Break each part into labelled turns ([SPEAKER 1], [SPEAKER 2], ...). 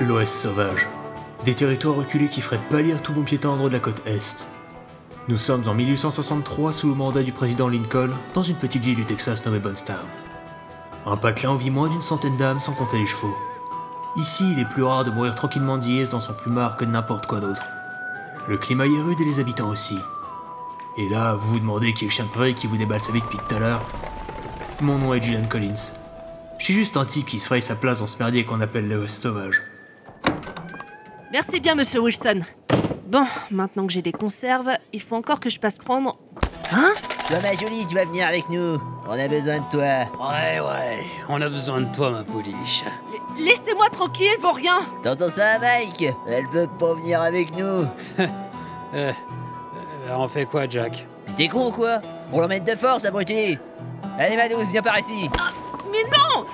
[SPEAKER 1] l'Ouest sauvage. Des territoires reculés qui feraient pâlir tout bon pied tendre de la côte Est. Nous sommes en 1863 sous le mandat du président Lincoln, dans une petite ville du Texas nommée Bonstown. Un patelin vit moins d'une centaine d'âmes sans compter les chevaux. Ici, il est plus rare de mourir tranquillement d'IS dans son plumard que n'importe quoi d'autre. Le climat y est rude et les habitants aussi. Et là, vous vous demandez qui est le chien de prairie qui vous déballe sa vie depuis tout à l'heure Mon nom est Gillian Collins. Je suis juste un type qui se faille sa place dans ce merdier qu'on appelle le West sauvage.
[SPEAKER 2] Merci bien, monsieur Wilson. Bon, maintenant que j'ai des conserves, il faut encore que je passe prendre. Hein
[SPEAKER 3] Toi, ma jolie, tu vas venir avec nous. On a besoin de toi.
[SPEAKER 4] Ouais, ouais, on a besoin de toi, ma pouliche.
[SPEAKER 2] La- Laissez-moi tranquille, vaut rien
[SPEAKER 3] T'entends ça, Mike Elle veut pas venir avec nous.
[SPEAKER 4] Euh, euh, on fait quoi, Jack
[SPEAKER 3] Mais t'es con ou quoi On l'emmène de force, abruti. Allez, ma douce, viens par ici.
[SPEAKER 2] Mais non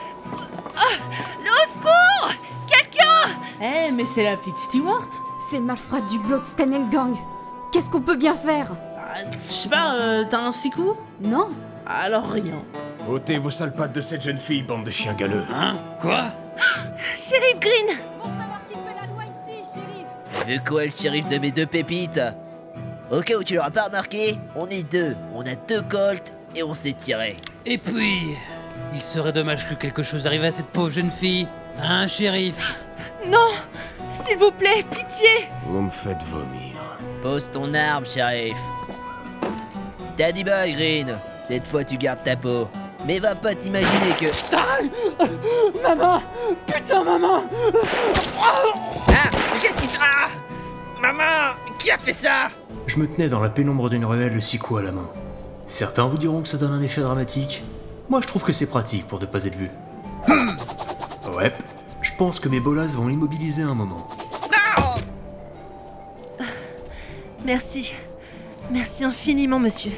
[SPEAKER 2] Le Au secours Quelqu'un
[SPEAKER 5] Eh, mais c'est la petite Stewart
[SPEAKER 6] C'est malfrat du Bloodstained Gang. Qu'est-ce qu'on peut bien faire
[SPEAKER 5] Ah, Je sais pas, euh, t'as un six coups
[SPEAKER 6] Non
[SPEAKER 5] Alors rien.
[SPEAKER 7] Ôtez vos sales pattes de cette jeune fille, bande de chiens galeux.
[SPEAKER 4] Hein Quoi
[SPEAKER 2] Sheriff Green
[SPEAKER 6] Montre alors qu'il fait la loi ici, shérif
[SPEAKER 3] Vu quoi, le shérif de mes deux pépites Au cas où tu l'auras pas remarqué, on est deux. On a deux colts et on s'est tiré.
[SPEAKER 4] Et puis, il serait dommage que quelque chose arrive à cette pauvre jeune fille. Hein, shérif
[SPEAKER 2] Non S'il vous plaît, pitié
[SPEAKER 7] Vous me faites vomir.
[SPEAKER 3] Pose ton arme, shérif. T'as dit bas, Green. Cette fois, tu gardes ta peau. Mais va pas t'imaginer que.
[SPEAKER 5] Maman Putain, maman
[SPEAKER 3] Ah Mais qu'est-ce qui se. Ah Maman Qui a fait ça
[SPEAKER 1] Je me tenais dans la pénombre d'une ruelle le six coups à la main. Certains vous diront que ça donne un effet dramatique. Moi, je trouve que c'est pratique pour ne pas être vu. Hum. ouais, je pense que mes bolas vont l'immobiliser un moment.
[SPEAKER 2] Merci. Merci infiniment, monsieur.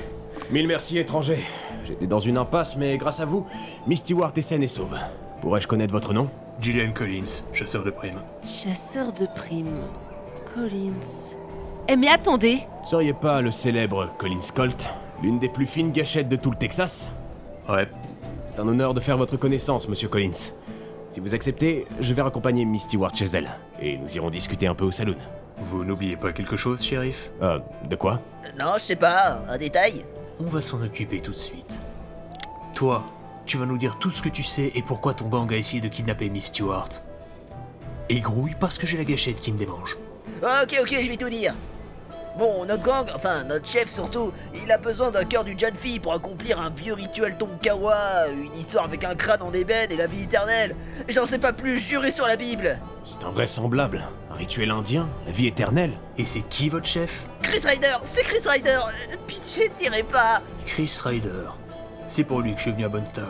[SPEAKER 7] Mille merci, étrangers. J'étais dans une impasse, mais grâce à vous, Miss Stewart est saine et sauve. Pourrais-je connaître votre nom
[SPEAKER 1] Gillian Collins, chasseur de primes.
[SPEAKER 2] Chasseur de primes. Collins. Eh mais attendez
[SPEAKER 7] Seriez pas le célèbre Collins Colt L'une des plus fines gâchettes de tout le Texas
[SPEAKER 1] Ouais,
[SPEAKER 7] C'est un honneur de faire votre connaissance, monsieur Collins. Si vous acceptez, je vais raccompagner Miss Stewart chez elle. Et nous irons discuter un peu au saloon.
[SPEAKER 1] vous n'oubliez pas quelque chose, shérif
[SPEAKER 7] Euh, de quoi
[SPEAKER 3] Ah, Non, je sais pas. Un détail
[SPEAKER 1] On va s'en occuper tout de suite. Toi, tu vas nous dire tout ce que tu sais et pourquoi ton gang a essayé de kidnapper Miss Stewart. Et grouille parce que j'ai la gâchette qui me démange.
[SPEAKER 3] Ok, ok, je vais tout dire. Bon, notre gang, enfin notre chef surtout, il a besoin d'un cœur d'une jeune fille pour accomplir un vieux rituel Tonkawa, une histoire avec un crâne en ébène et la vie éternelle. J'en sais pas plus, juré sur la Bible.
[SPEAKER 7] C'est invraisemblable. Un rituel indien La vie éternelle
[SPEAKER 1] Et c'est qui votre chef
[SPEAKER 3] Chris Ryder, c'est Chris Ryder. Euh, Pitié, tirez pas.
[SPEAKER 1] Chris Ryder. C'est pour lui que je suis venu à Bonstown.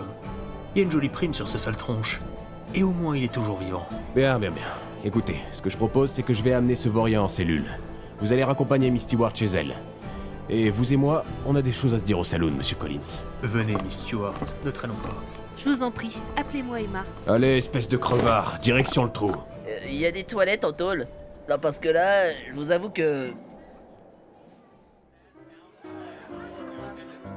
[SPEAKER 1] Il y a une jolie prime sur sa sale tronche. Et au moins, il est toujours vivant.
[SPEAKER 7] Bien, bien, bien. Écoutez, ce que je propose, c'est que je vais amener ce vaurien en cellule. Vous allez raccompagner Miss Stewart chez elle. Et vous et moi, on a des choses à se dire au saloon, monsieur Collins.
[SPEAKER 1] Venez, Miss Stewart, ne traînons pas.
[SPEAKER 2] Je vous en prie, appelez-moi Emma.
[SPEAKER 7] Allez, espèce de crevard, direction le trou.
[SPEAKER 3] Euh, Il y a des toilettes en tôle. Non, parce que là, je vous avoue que.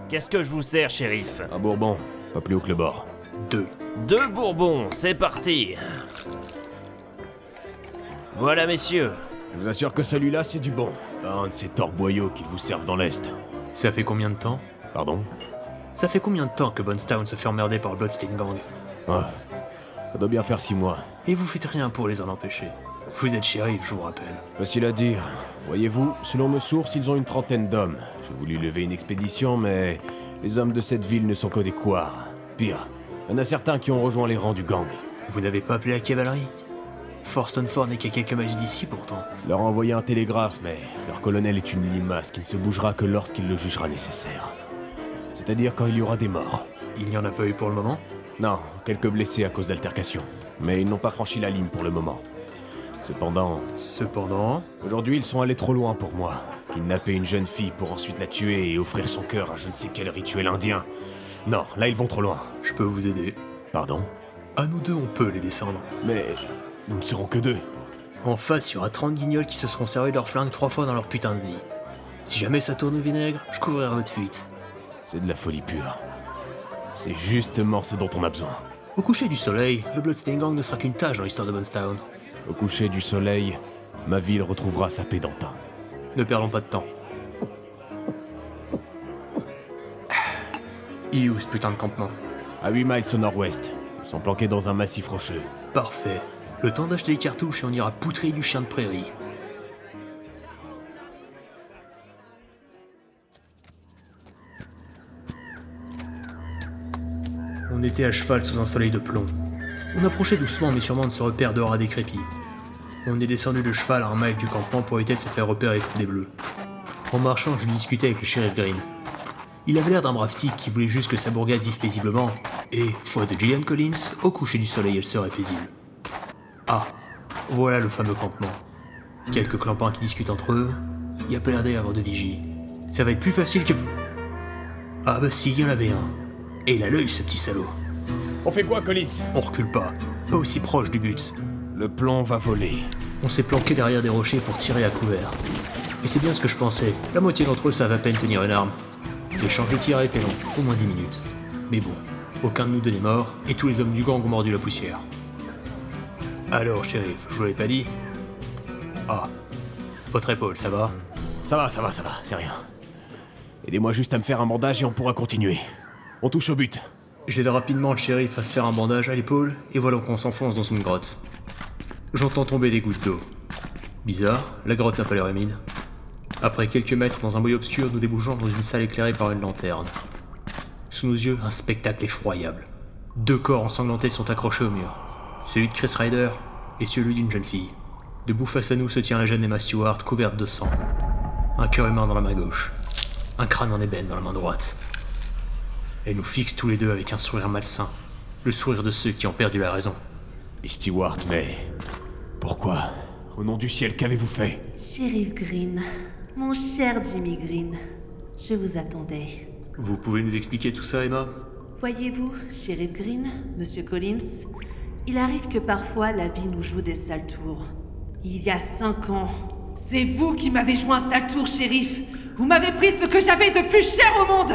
[SPEAKER 8] Qu'est-ce que je vous sers, shérif
[SPEAKER 7] Un bourbon, pas plus haut que le bord.
[SPEAKER 1] Deux.
[SPEAKER 8] Deux bourbons, c'est parti Voilà, messieurs.
[SPEAKER 7] Je vous assure que celui-là, c'est du bon. Pas un de ces torboyaux qui vous servent dans l'Est.
[SPEAKER 1] Ça fait combien de temps
[SPEAKER 7] Pardon
[SPEAKER 1] Ça fait combien de temps que Bonstown se fait emmerder par le Bloodstained Gang
[SPEAKER 7] Ah, Ça doit bien faire six mois.
[SPEAKER 1] Et vous faites rien pour les en empêcher. Vous êtes shérif, je vous rappelle.
[SPEAKER 7] Facile à dire. Voyez-vous, selon mes sources, ils ont une trentaine d'hommes. J'ai voulu lever une expédition, mais les hommes de cette ville ne sont que des couards. Pire, il y en a certains qui ont rejoint les rangs du gang.
[SPEAKER 1] Vous n'avez pas appelé la cavalerie Forston Ford n'est qu'à quelques miles d'ici pourtant.
[SPEAKER 7] Je Leur ai envoyé un télégraphe, mais leur colonel est une limace qui ne se bougera que lorsqu'il le jugera nécessaire. C'est-à-dire quand il y aura des morts.
[SPEAKER 1] Il n'y en a pas eu pour le moment
[SPEAKER 7] Non, quelques blessés à cause d'altercations. Mais ils n'ont pas franchi la ligne pour le moment. Cependant,
[SPEAKER 1] Cependant,
[SPEAKER 7] Aujourd'hui, ils sont allés trop loin pour moi. Kidnapper une jeune fille pour ensuite la tuer et offrir son cœur à je ne sais quel rituel indien. Non, là, ils vont trop loin.
[SPEAKER 1] je peux vous aider.
[SPEAKER 7] Pardon
[SPEAKER 1] À nous deux, on peut les descendre.
[SPEAKER 7] Mais nous ne serons que deux.
[SPEAKER 1] En face, il y aura 30 guignols qui se seront servis de leur flingue trois fois dans leur putain de vie. Si jamais ça tourne au vinaigre, je couvrirai votre fuite.
[SPEAKER 7] C'est de la folie pure. C'est justement ce dont on a besoin.
[SPEAKER 1] Au coucher du soleil, le Bloodstained Gang ne sera qu'une tâche dans l'histoire de Bonstown.
[SPEAKER 7] Au coucher du soleil, ma ville retrouvera sa paix d'antan.
[SPEAKER 1] Ne perdons pas de temps. Il est où ce putain de campement
[SPEAKER 7] À 8 miles au nord-ouest, ils sont planqués dans un massif rocheux.
[SPEAKER 1] Parfait. Le temps d'acheter les cartouches et on ira poutrer du chien de prairie. On était à cheval sous un soleil de plomb. On approchait doucement mais sûrement de ce repère de rats décrépit. On est descendu de cheval à un mile du campement pour éviter de se faire repérer par des bleus. En marchant, je discutais avec le shérif Green. Il avait l'air d'un brave tic qui voulait juste que sa bourgade vive paisiblement, et, foi de Gillian Collins, au coucher du soleil elle serait paisible. Ah, voilà le fameux campement. Quelques clampins qui discutent entre eux, il n'y a pas l'air d'y avoir de vigie. Ça va être plus facile que... Ah bah si, il y en avait un. Et il a l'œil ce petit salaud.
[SPEAKER 7] On fait quoi, Collins
[SPEAKER 1] On recule pas, pas aussi proche du but.
[SPEAKER 7] Le plan va voler.
[SPEAKER 1] On s'est planqué derrière des rochers pour tirer à couvert. Et c'est bien ce que je pensais. La moitié d'entre eux savent à peine tenir une arme. L'échange de tirs a été long, au moins 10 minutes. Mais bon, aucun de nous deux n'est mort, et tous les hommes du gang ont mordu la poussière. Alors, shérif, je vous l'avais pas dit Ah, votre épaule, ça va
[SPEAKER 7] Ça va, ça va, ça va, c'est rien. Aidez-moi juste à me faire un bandage et on pourra continuer. On touche au but.
[SPEAKER 1] J'aide rapidement le shérif à se faire un bandage à l'épaule, et voilà qu'on s'enfonce dans une grotte. J'entends tomber des gouttes d'eau. Bizarre, la grotte n'a pas l'air humide. Après quelques mètres dans un boyau obscur, nous débouchons dans une salle éclairée par une lanterne. Sous nos yeux, un spectacle effroyable. Deux corps ensanglantés sont accrochés au mur. Celui de Chris Ryder et celui d'une jeune fille. Debout face à nous se tient la jeune Emma Stewart couverte de sang. Un cœur humain dans la main gauche. Un crâne en ébène dans la main droite. Elle nous fixe tous les deux avec un sourire malsain. Le sourire de ceux qui ont perdu la raison.
[SPEAKER 7] Et Stewart, mais. Pourquoi Au nom du ciel, qu'avez-vous fait
[SPEAKER 2] Shérif Green, mon cher Jimmy Green, je vous attendais.
[SPEAKER 1] Vous pouvez nous expliquer tout ça, Emma
[SPEAKER 2] Voyez-vous, shérif Green, monsieur Collins, il arrive que parfois la vie nous joue des sales tours. Il y a cinq ans, c'est vous qui m'avez joué un sale tour, shérif. Vous m'avez pris ce que j'avais de plus cher au monde.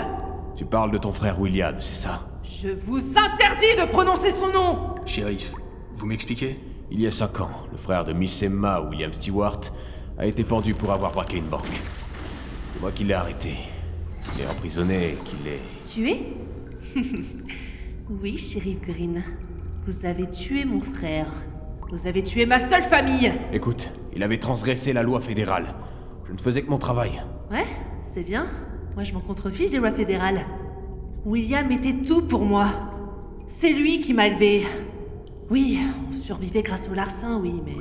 [SPEAKER 7] Tu parles de ton frère William, c'est ça
[SPEAKER 2] Je vous interdis de prononcer son nom.
[SPEAKER 1] Shérif, vous m'expliquez
[SPEAKER 7] Il y a cinq ans, le frère de Miss Emma, William Stewart, a été pendu pour avoir braqué une banque. C'est moi qui l'ai arrêté. Je l'ai emprisonné et qu'il est.
[SPEAKER 2] Tué Oui, shérif Green. Vous avez tué mon frère. Vous avez tué ma seule famille.
[SPEAKER 7] Écoute, il avait transgressé la loi fédérale. Je ne faisais que mon travail.
[SPEAKER 2] Ouais, c'est bien. Moi, je m'en contrefiche des lois fédérales. William était tout pour moi. C'est lui qui m'a élevé. Oui, on survivait grâce au larcin, oui, mais.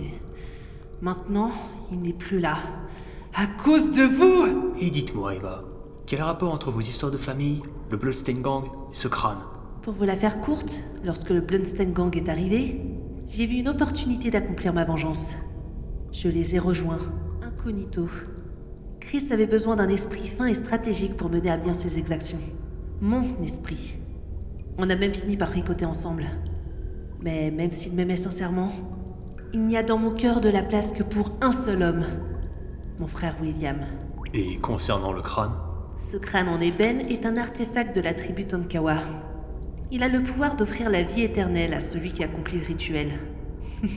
[SPEAKER 2] Maintenant, il n'est plus là. À cause de vous
[SPEAKER 1] Et dites-moi, Emma, quel rapport entre vos histoires de famille, le Bloodstain Gang et ce crâne
[SPEAKER 2] Pour vous la faire courte, lorsque le Blunstein Gang est arrivé, j'ai vu une opportunité d'accomplir ma vengeance. Je les ai rejoints, incognito. Chris avait besoin d'un esprit fin et stratégique pour mener à bien ses exactions. Mon esprit. On a même fini par fricoter ensemble. Mais même s'il m'aimait sincèrement, il n'y a dans mon cœur de la place que pour un seul homme. Mon frère William.
[SPEAKER 1] Et concernant le crâne
[SPEAKER 2] Ce crâne en ébène est un artefact de la tribu Tonkawa. Il a le pouvoir d'offrir la vie éternelle à celui qui accomplit le rituel.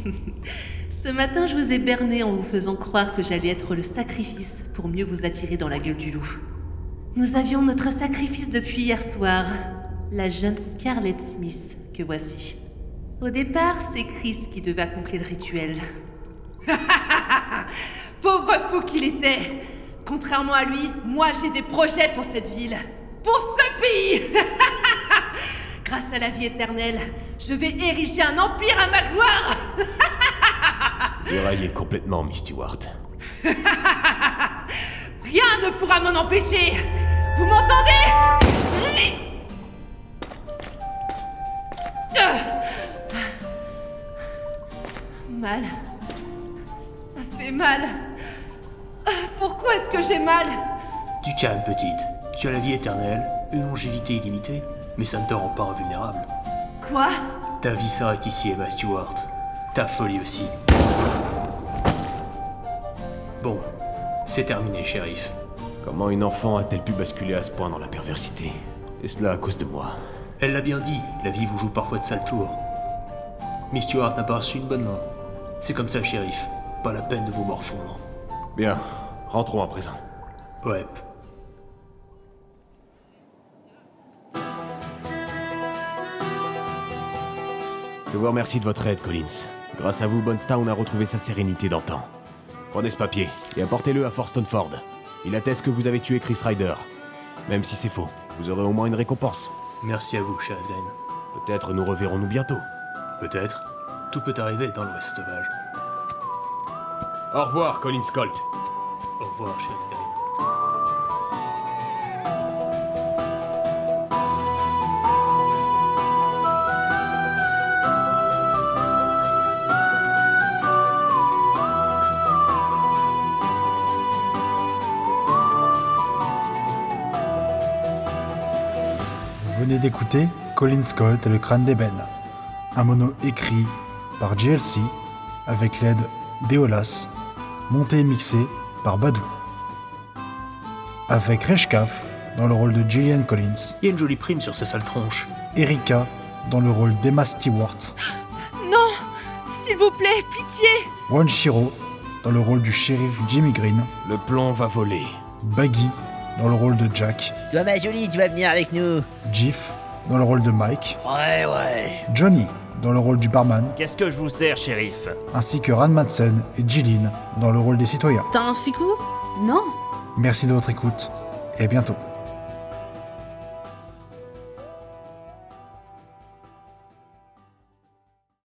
[SPEAKER 2] Ce matin, je vous ai berné en vous faisant croire que j'allais être le sacrifice pour mieux vous attirer dans la gueule du loup. Nous avions notre sacrifice depuis hier soir, la jeune Scarlett Smith que voici. Au départ, c'est Chris qui devait accomplir le rituel. Pauvre fou qu'il était Contrairement à lui, moi j'ai des projets pour cette ville, pour ce pays Grâce à la vie éternelle, je vais ériger un empire à ma gloire
[SPEAKER 7] Déraillé complètement, Miss Stewart.
[SPEAKER 2] Rien ne pourra m'en empêcher Vous m'entendez Les- Ah. Mal. Ça fait mal. Ah, Pourquoi est-ce que j'ai mal
[SPEAKER 1] Du calme, petite. Tu as la vie éternelle, une longévité illimitée, mais ça ne te rend pas invulnérable.
[SPEAKER 2] Quoi
[SPEAKER 1] Ta vie s'arrête ici, Emma Stewart. Ta folie aussi. Bon, c'est terminé, shérif.
[SPEAKER 7] Comment une enfant a-t-elle pu basculer à ce point dans la perversité Et cela à cause de moi.
[SPEAKER 1] Elle l'a bien dit, la vie vous joue parfois de sales tours. Miss Stewart n'a pas reçu une bonne main. C'est comme ça, shérif. Pas la peine de vous morfondre.
[SPEAKER 7] Bien, rentrons à présent.
[SPEAKER 1] Ouais.
[SPEAKER 7] Je vous remercie de votre aide, Collins. Grâce à vous, Bonstown a retrouvé sa sérénité d'antan. Prenez ce papier et apportez-le à Forstonford. Il atteste que vous avez tué Chris Ryder. Même si c'est faux, vous aurez au moins une récompense.
[SPEAKER 1] Merci à vous, shérif Green.
[SPEAKER 7] Peut-être nous reverrons-nous bientôt.
[SPEAKER 1] Peut-être. Tout peut arriver dans l'Ouest sauvage.
[SPEAKER 7] Au revoir, Collins Colt.
[SPEAKER 1] Au revoir, shérif Green.
[SPEAKER 9] Vous venez d'écouter Colin Scott et le crâne d'ébène, un mono écrit par GLC avec l'aide d'Eolas, monté et mixé par Badou. Avec Reshkaf dans le rôle de Gillian Collins,
[SPEAKER 1] Il y a une jolie prime sur ces sales tronches.
[SPEAKER 9] Erika dans le rôle d'Emma Stewart,
[SPEAKER 10] Non S'il vous plaît, pitié
[SPEAKER 9] Wanshiro dans le rôle du shérif Jimmy Green,
[SPEAKER 7] Le plomb va voler.
[SPEAKER 9] Baggy dans le rôle de Jack,
[SPEAKER 3] Toi, ma jolie, tu vas venir avec nous.
[SPEAKER 9] Jiff dans le rôle de Mike,
[SPEAKER 3] Ouais, ouais.
[SPEAKER 9] Johnny dans le rôle du barman,
[SPEAKER 8] Qu'est-ce que je vous sers, shérif
[SPEAKER 9] ainsi que Ran Madsen et Jillian dans le rôle des citoyens.
[SPEAKER 5] T'as un six coups
[SPEAKER 6] Non
[SPEAKER 9] Merci de votre écoute et à bientôt.